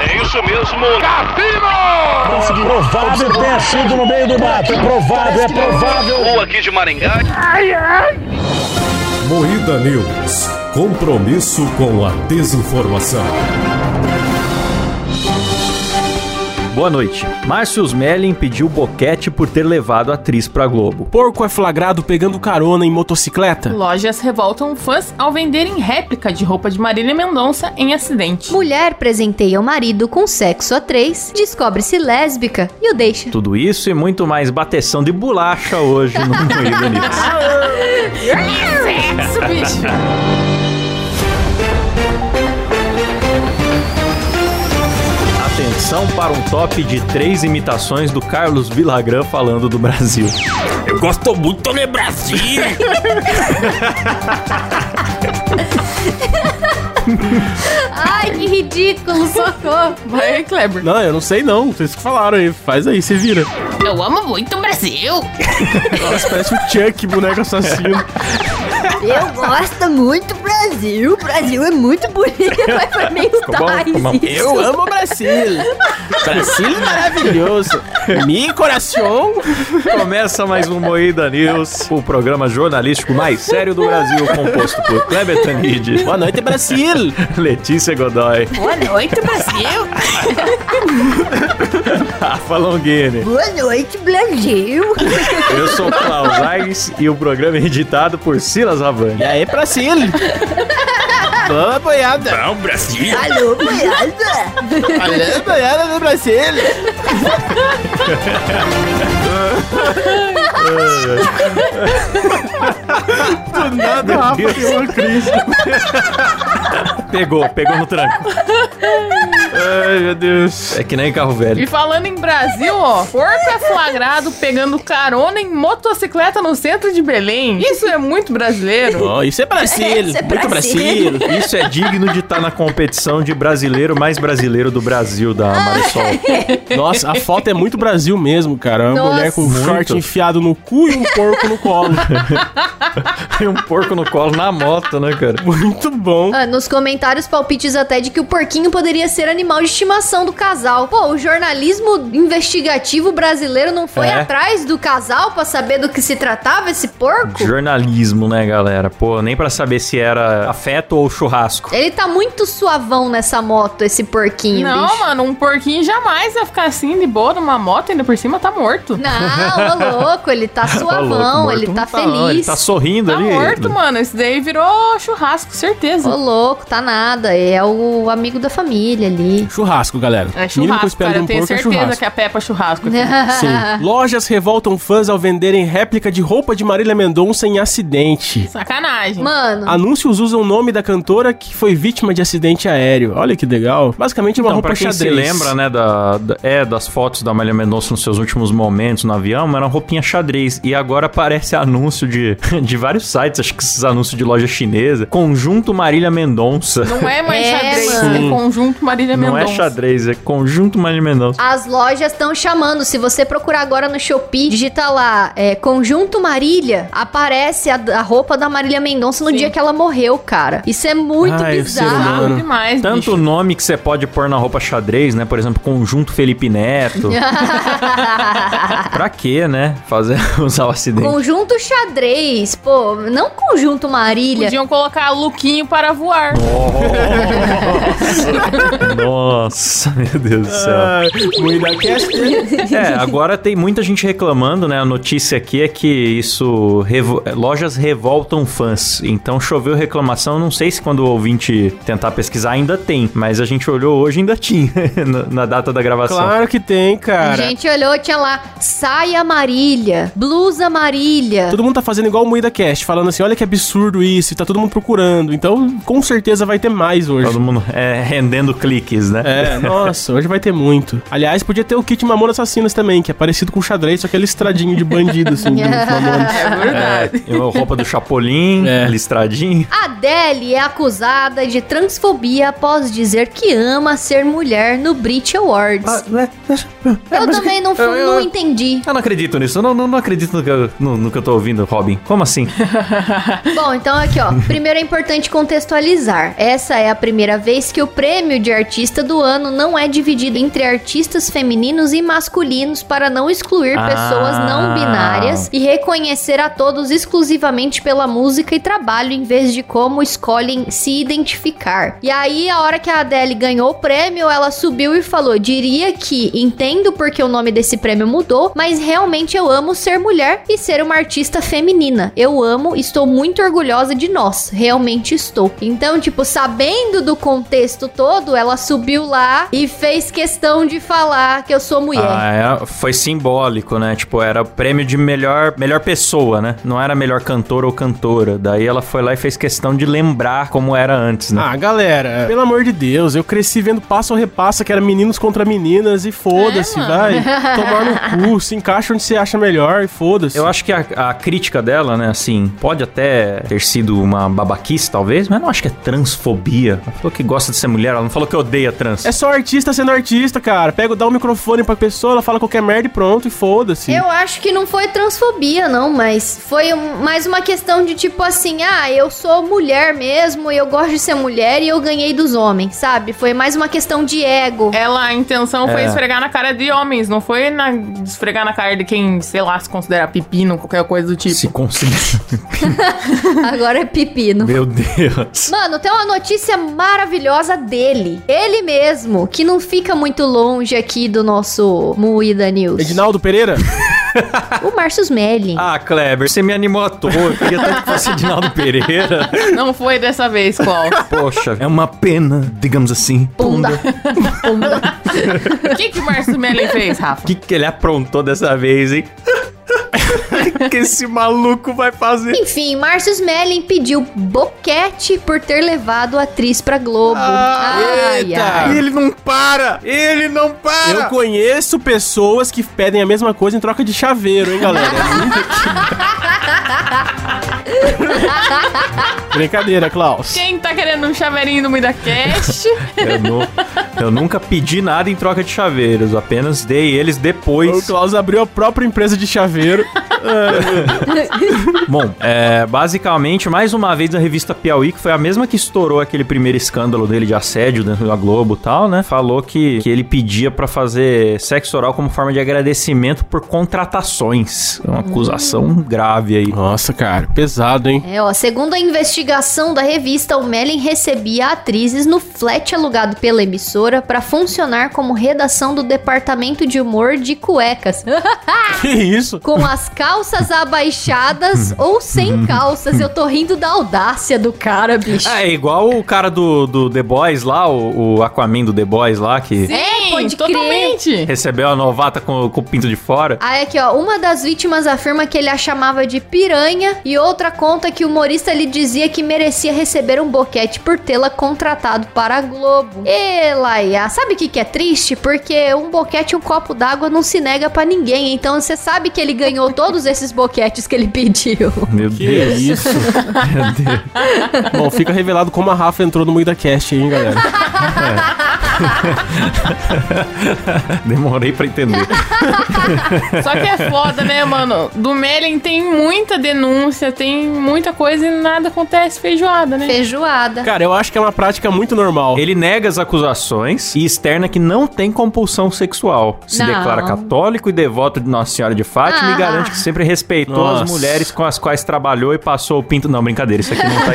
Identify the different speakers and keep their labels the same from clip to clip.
Speaker 1: É isso mesmo, Cassino!
Speaker 2: Conseguiu. Provável ter sido no meio do mato. É provável, é provável.
Speaker 1: Ou aqui de Maringá.
Speaker 3: Moída News. Compromisso com a desinformação.
Speaker 4: Boa noite. Márcio Smelling pediu boquete por ter levado a atriz pra Globo.
Speaker 5: Porco é flagrado pegando carona em motocicleta.
Speaker 6: Lojas revoltam fãs ao venderem réplica de roupa de Marília Mendonça em acidente.
Speaker 7: Mulher presenteia o marido com sexo a três, descobre-se lésbica e o deixa.
Speaker 4: Tudo isso e muito mais bateção de bolacha hoje no Moída News.
Speaker 6: é Isso, bicho.
Speaker 4: Atenção para um top de três imitações do Carlos Villagrán falando do Brasil.
Speaker 5: Eu gosto muito de Brasil.
Speaker 7: Ai, que ridículo, socorro.
Speaker 6: Vai, Kleber.
Speaker 5: Não, eu não sei não. Vocês que falaram aí. Faz aí, se vira.
Speaker 6: Eu amo muito o Brasil.
Speaker 5: Nossa, parece o Chuck, boneco assassino.
Speaker 7: Eu gosto muito do Brasil. O Brasil é muito bonito. Mas tá foi meio tarde.
Speaker 5: Eu amo o Brasil. Brasil é maravilhoso. Mi coração.
Speaker 4: Começa mais um Moída News, o programa jornalístico mais sério do Brasil, composto por Kleber Tanid,
Speaker 5: Boa noite, Brasil.
Speaker 4: Letícia Godoy,
Speaker 6: Boa noite, Brasil.
Speaker 4: Rafa Longini.
Speaker 7: Boa noite, Brasil.
Speaker 4: Eu sou o Klaus Aires e o programa é editado por Silas
Speaker 5: E
Speaker 4: Havani.
Speaker 5: aí, Brasil. Boa boiada.
Speaker 1: Não, Brasil.
Speaker 7: Alô, boiada.
Speaker 5: Olha a boiada do Brasil. Do nada, Rafa, tem uma crise.
Speaker 4: Pegou, pegou no tranco.
Speaker 5: Ai, meu Deus.
Speaker 4: É que nem carro velho.
Speaker 6: E falando em Brasil, ó, porco é flagrado pegando carona em motocicleta no centro de Belém. Isso é muito brasileiro.
Speaker 5: Ó, isso é Brasil.
Speaker 7: Isso é
Speaker 5: muito
Speaker 7: Brasil.
Speaker 5: Brasil.
Speaker 4: Isso é digno de estar na competição de brasileiro mais brasileiro do Brasil, da Marisol.
Speaker 5: Nossa, a foto é muito Brasil mesmo, cara. Uma
Speaker 7: Nossa.
Speaker 5: mulher com um short
Speaker 4: Muito.
Speaker 5: enfiado no cu e um porco no colo.
Speaker 4: Tem um porco no colo na moto, né, cara?
Speaker 5: Muito bom.
Speaker 7: Ah, nos comentários, palpites até de que o porquinho poderia ser animal de estimação do casal. Pô, o jornalismo investigativo brasileiro não foi
Speaker 4: É.
Speaker 7: atrás do casal pra saber do que se tratava esse porco?
Speaker 4: Jornalismo, né, galera? Pô, nem pra saber se era afeto ou churrasco.
Speaker 7: Ele tá muito suavão nessa moto, esse porquinho,
Speaker 6: Não,
Speaker 7: bicho.
Speaker 6: mano, um porquinho jamais vai ficar assim de boa numa moto, ainda por cima tá morto.
Speaker 7: Não, ô louco, ele tá
Speaker 4: Tá louco,
Speaker 7: suavão,
Speaker 4: morto
Speaker 7: ele
Speaker 4: não
Speaker 7: tá
Speaker 4: não, ele
Speaker 7: feliz.
Speaker 4: tá sorrindo
Speaker 6: Tá
Speaker 4: ali.
Speaker 6: morto, mano. Esse daí virou churrasco, certeza.
Speaker 7: Ô louco, tá nada. É o amigo da família ali.
Speaker 5: Churrasco, galera.
Speaker 6: É
Speaker 5: Mínimo que eu
Speaker 6: churrasco,
Speaker 5: espero
Speaker 6: cara.
Speaker 5: de um
Speaker 6: Eu tenho
Speaker 5: porco é
Speaker 6: certeza é.
Speaker 5: churrasco.
Speaker 6: que a Peppa é churrasco. aqui.
Speaker 5: Sim. Lojas revoltam fãs ao venderem réplica de roupa de Marília Mendonça em acidente.
Speaker 6: Sacanagem.
Speaker 7: Mano,
Speaker 5: Anúncios usam o nome da cantora que foi vítima de acidente aéreo. Olha que legal. Basicamente uma
Speaker 4: Então,
Speaker 5: roupa
Speaker 4: pra quem
Speaker 5: xadrez.
Speaker 4: se lembra, né, da, da- é, das fotos da Marília Mendonça nos seus últimos momentos no avião, era uma roupinha xadrez. E agora aparece anúncio de, de vários sites, acho que esses anúncios de loja chinesa. Conjunto Marília Mendonça.
Speaker 6: Não é mais
Speaker 7: É,
Speaker 6: xadrez,
Speaker 7: mano.
Speaker 6: é conjunto Marília
Speaker 4: Não é Ah,
Speaker 6: Mendonça.
Speaker 4: xadrez, é Conjunto Marília Mendonça.
Speaker 7: As lojas estão chamando. Se você procurar agora no Shopee, digita lá é, Conjunto Marília, aparece a, a roupa da Marília Mendonça no dia que ela morreu, cara. Isso é muito
Speaker 5: Ai, o ser
Speaker 7: bizarro.
Speaker 5: humano.
Speaker 6: Bizarro
Speaker 5: Mano.
Speaker 6: Ah, demais, bicho.
Speaker 4: Tanto nome que você pode pôr na roupa xadrez, né? Por exemplo, Conjunto Felipe Neto. pra quê, né? Fazer, usar o acidente.
Speaker 7: Conjunto xadrez, pô, não conjunto Marília.
Speaker 6: Podiam colocar Luquinho para voar.
Speaker 4: Nossa, meu Deus do céu.
Speaker 5: Ah, Moída Cast.
Speaker 4: É, agora tem muita gente reclamando, né? A notícia aqui é que isso. revo- Lojas revoltam fãs. Então choveu reclamação. Não sei se quando o ouvinte tentar pesquisar ainda tem, mas a gente olhou hoje ainda tinha na- na data da gravação.
Speaker 5: Claro que tem,
Speaker 7: A
Speaker 5: cara.
Speaker 7: gente olhou, tinha lá saia Marília, blusa Marília.
Speaker 5: Todo mundo tá fazendo igual o Moída Cast, falando assim, olha que absurdo isso, e tá todo mundo procurando. Então, com certeza vai ter mais hoje.
Speaker 4: Todo mundo é, rendendo cliques, né?
Speaker 5: É, nossa, hoje vai ter muito. Aliás, podia ter o kit Mamona Assassinas também, que é parecido com o xadrez, só que é listradinho de bandido, assim, de Mamonas.
Speaker 6: É verdade.
Speaker 4: É, roupa do Chapolin,
Speaker 5: É.
Speaker 4: listradinho.
Speaker 7: Adele é acusada de transfobia após dizer que ama ser mulher no Brit Awards.
Speaker 5: Ah,
Speaker 4: Ah,
Speaker 5: né?
Speaker 4: é,
Speaker 5: É,
Speaker 7: eu também não, fu- não entendi.
Speaker 4: Eu não acredito nisso, eu não, não, não acredito no que, eu, no, no que eu tô ouvindo, Robin. Como assim?
Speaker 7: Bom, então aqui, ó. Primeiro é importante contextualizar. Essa é a primeira vez que o prêmio de artista do ano não é dividido entre artistas femininos e masculinos para não excluir
Speaker 4: Ah.
Speaker 7: pessoas não binárias e reconhecer a todos exclusivamente pela música e trabalho, em vez de como escolhem se identificar. E aí, a hora que a Adele ganhou o prêmio, ela subiu e falou: Diria que entendo porque o nome desse prêmio mudou, mas realmente eu amo ser mulher e ser uma artista feminina. Eu amo, estou muito orgulhosa de nós. Realmente estou. Então, tipo, sabendo do contexto todo, ela subiu lá e fez questão de falar que eu sou mulher.
Speaker 4: Ah, é, foi simbólico, né? Tipo, era o prêmio de melhor, melhor pessoa, né? Não era melhor cantor ou cantora. Daí ela foi lá e fez questão de lembrar como era antes, né?
Speaker 5: Ah,
Speaker 6: É.
Speaker 5: galera, pelo amor de Deus, eu cresci vendo passo ou repassa que era meninos contra meninas e foda-se,
Speaker 6: É,
Speaker 5: vai. Tomar no cu, se encaixa onde você acha melhor e foda-se.
Speaker 4: Eu acho que a, a crítica dela, né, assim, pode até ter sido uma babaquice, talvez, mas eu não acho que é transfobia. Ela falou que gosta de ser mulher, ela não falou que odeia trans.
Speaker 5: É só artista sendo artista, cara. Pega, dá um microfone pra pessoa, ela fala qualquer merda e pronto, e foda-se.
Speaker 7: Eu acho que não foi transfobia, não, mas foi um- mais uma questão de tipo assim: ah, eu sou mulher mesmo, eu gosto de ser mulher e eu ganhei dos homens, sabe? Foi mais uma questão de ego.
Speaker 6: Ela, a intenção foi
Speaker 4: É.
Speaker 6: esfregar na cara de homens, não foi na, esfregar na cara de quem, sei lá, se considera pepino, qualquer coisa do tipo.
Speaker 4: Se considera.
Speaker 7: Agora é pepino.
Speaker 4: Meu Deus.
Speaker 7: Mano, tem uma notícia maravilhosa dele. Ele mesmo, que não fica muito longe aqui do nosso Moída News.
Speaker 5: Edinaldo Pereira?
Speaker 7: O Márcio Smelling.
Speaker 4: Ah, Kleber, você me animou à toa. Eu queria tanto que fosse Edinaldo Pereira.
Speaker 6: Não foi dessa vez, Klaus.
Speaker 4: Poxa, é uma pena, digamos assim.
Speaker 7: Bunda. Bunda.
Speaker 6: O que, que o Márcio Mellen fez,
Speaker 4: O
Speaker 6: Rafa?
Speaker 4: que, que ele aprontou dessa vez, hein? O que esse maluco vai fazer?
Speaker 7: Enfim, Márcio Smelling pediu boquete por ter levado a atriz pra Globo. Ah, ai, ai.
Speaker 4: Ele não para! Ele não
Speaker 5: Eu
Speaker 4: para!
Speaker 5: conheço pessoas que pedem a mesma coisa em troca de chaveiro, hein, galera? É Brincadeira, Klaus.
Speaker 6: Quem tá querendo um chaveirinho do MuidaCast?
Speaker 4: Eu, nu- eu nunca pedi nada em troca de chaveiros, apenas dei eles
Speaker 5: O
Speaker 4: depois.
Speaker 5: Klaus abriu a própria empresa de chaveiro.
Speaker 4: Bom, é, basicamente, mais uma vez a revista Piauí, que foi a mesma que estourou aquele primeiro escândalo dele de assédio dentro da Globo e tal, né? Falou que, que ele pedia pra fazer sexo oral como forma de agradecimento por contratações. É Uma acusação grave aí.
Speaker 5: Nossa, cara, pesado, hein?
Speaker 7: É, ó, segundo a investigação da revista, o Mellin recebia atrizes no flat alugado pela emissora para funcionar como redação do departamento de humor de cuecas,
Speaker 5: Que isso?
Speaker 7: com as calças abaixadas ou sem calças. Eu tô rindo da audácia do cara, bicho.
Speaker 4: É igual o cara do, do The Boys lá, o, o Aquaman do The Boys lá, que
Speaker 7: É, pode crer.
Speaker 6: totalmente.
Speaker 4: recebeu a novata com, com o pinto de fora.
Speaker 7: Aí aqui, ó, uma das vítimas afirma que ele a chamava de piranha e outra conta que o humorista lhe dizia que merecia receber um boquete por tê-la contratado para a Globo. E, Laia, sabe o que, que é triste? Porque um boquete e um copo d'água não se nega pra ninguém, então você sabe que ele ganhou todos esses boquetes que ele pediu.
Speaker 4: Meu
Speaker 5: Que
Speaker 4: Deus.
Speaker 5: isso? Bom, fica revelado como a Rafa entrou no Moída Cast, hein, galera?
Speaker 4: Demorei pra entender.
Speaker 6: Só que é foda, né, mano? Do Mellen tem muita denúncia, tem muita coisa e nada acontece feijoada, né?
Speaker 7: Feijoada.
Speaker 5: Cara, eu acho que é uma prática muito normal.
Speaker 4: Ele nega as acusações e externa que não tem compulsão sexual. Se
Speaker 7: Não.
Speaker 4: declara católico e devoto de Nossa Senhora de Fátima
Speaker 7: Ah.
Speaker 4: e garante que sempre respeitou as
Speaker 5: Nossa.
Speaker 4: mulheres com as quais trabalhou e passou o pinto. Não, brincadeira, isso aqui não tá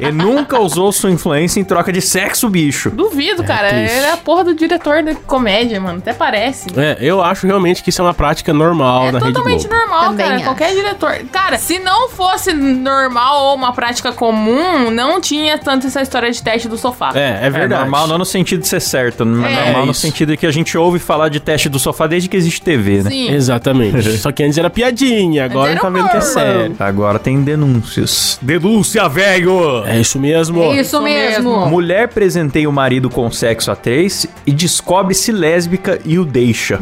Speaker 4: Ele nunca usou sua influência em troca de sexo, bicho.
Speaker 6: Duvido, cara.
Speaker 4: triste.
Speaker 6: Ele é a porra do diretor da comédia, mano. Até parece.
Speaker 5: É, eu acho realmente que isso é uma prática normal
Speaker 6: É
Speaker 5: na Rede
Speaker 6: totalmente
Speaker 5: Globo.
Speaker 6: normal,
Speaker 7: Também
Speaker 6: cara.
Speaker 7: acho.
Speaker 6: Qualquer diretor. Cara, se não fosse normal ou uma prática comum, não tinha tanto essa história de teste do sofá.
Speaker 5: É, é verdade.
Speaker 4: É normal não no sentido de ser certo, mas
Speaker 6: É.
Speaker 4: normal no
Speaker 5: Isso.
Speaker 4: sentido de que a gente ouve falar de teste do sofá desde que existe TV, né?
Speaker 6: Sim.
Speaker 5: Exatamente. Só que antes era piadinha, agora
Speaker 6: era
Speaker 5: tá vendo que é
Speaker 6: humor.
Speaker 5: sério.
Speaker 4: Agora tem denúncias. Denúncia, velho!
Speaker 5: É isso mesmo.
Speaker 7: É isso
Speaker 6: Isso
Speaker 7: mesmo.
Speaker 6: mesmo.
Speaker 4: Mulher presenteia o marido com sexo a três e descobre-se lésbica e o deixa.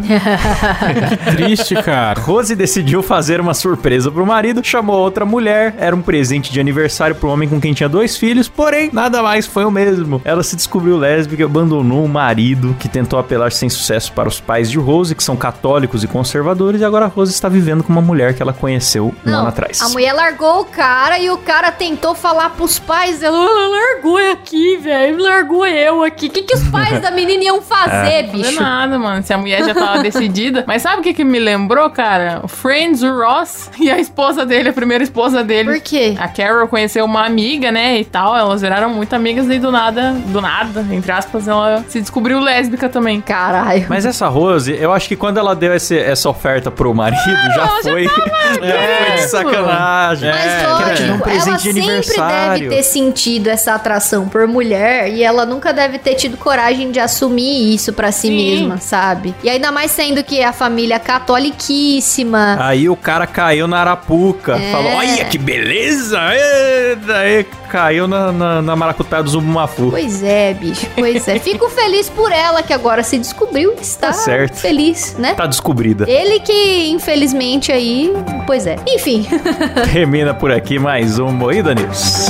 Speaker 5: É Triste, cara.
Speaker 4: Rose decidiu fazer uma surpresa pro marido, chamou outra mulher, era um presente de aniversário pro homem com quem tinha dois filhos, porém, nada mais foi o mesmo. Ela se descobriu lésbica e abandonou o marido, que tentou apelar sem sucesso para os pais de Rose, que são católicos e conservadores, e agora Rose está vivendo com uma mulher que ela conheceu um ano atrás.
Speaker 7: a mulher largou o cara e o cara tentou falar pros pais. Ela "Ah, largou eu aqui, velho. Largou eu aqui. O que, que os pais da menina iam fazer,
Speaker 6: Não é
Speaker 7: bicho?
Speaker 6: nada, mano. Se a mulher já tava decidida. Mas sabe o que, que me lembrou, cara? O Friends, o Ross e a esposa dele, a primeira esposa dele.
Speaker 7: Por quê?
Speaker 6: A Carol conheceu uma amiga, né, e tal. Elas viraram muito amigas e do nada, do nada, entre aspas, ela se descobriu lésbica também.
Speaker 7: Caralho.
Speaker 4: Mas essa Rose, eu acho que quando ela deu esse- essa oferta pro marido, já
Speaker 6: ela já
Speaker 4: foi. já foi de
Speaker 6: querendo.
Speaker 4: sacanagem.
Speaker 7: Mas
Speaker 4: É, quero te dar um
Speaker 7: lógico,
Speaker 4: presente
Speaker 7: ela
Speaker 4: de
Speaker 7: sempre deve
Speaker 4: aniversário.
Speaker 7: ter sentido essa atração por mulher e ela nunca deve ter tido coragem de assumir isso pra si
Speaker 6: Sim.
Speaker 7: mesma, sabe? E ainda mais sendo que é a família catoliquíssima.
Speaker 4: Aí o cara caiu na arapuca.
Speaker 7: É.
Speaker 4: Falou, olha que beleza! E daí caiu na, na, na maracutaia do Zubumafu.
Speaker 7: Pois é, bicho, pois é. Fico feliz por ela que agora se descobriu que está
Speaker 4: Tá certo.
Speaker 7: feliz, né?
Speaker 4: Tá descobrida.
Speaker 7: Ele que, infelizmente, aí. Pois é. Enfim.
Speaker 4: Termina por aqui mais um Moída News.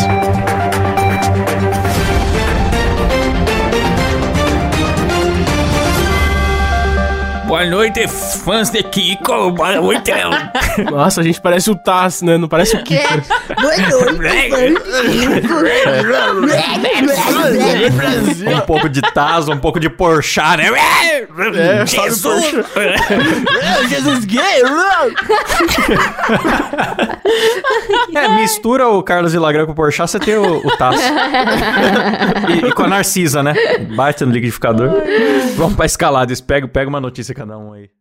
Speaker 8: Boa noite, fãs de Kiko. Boa noite.
Speaker 5: Nossa, a gente parece o Tassi, né? Não parece o Kiko.
Speaker 7: é
Speaker 5: né?
Speaker 6: é
Speaker 4: Um pouco de Tazo, um pouco de Porchat, né?
Speaker 8: Jesus.
Speaker 5: Jesus gay! é,
Speaker 4: É, mistura o Carlos Villagrán com o Porchat, você tem o, o Tasso. e, e com a Narcisa, né? Bate no liquidificador. Vamos pra escalada, isso. pega, pega uma notícia cada um aí.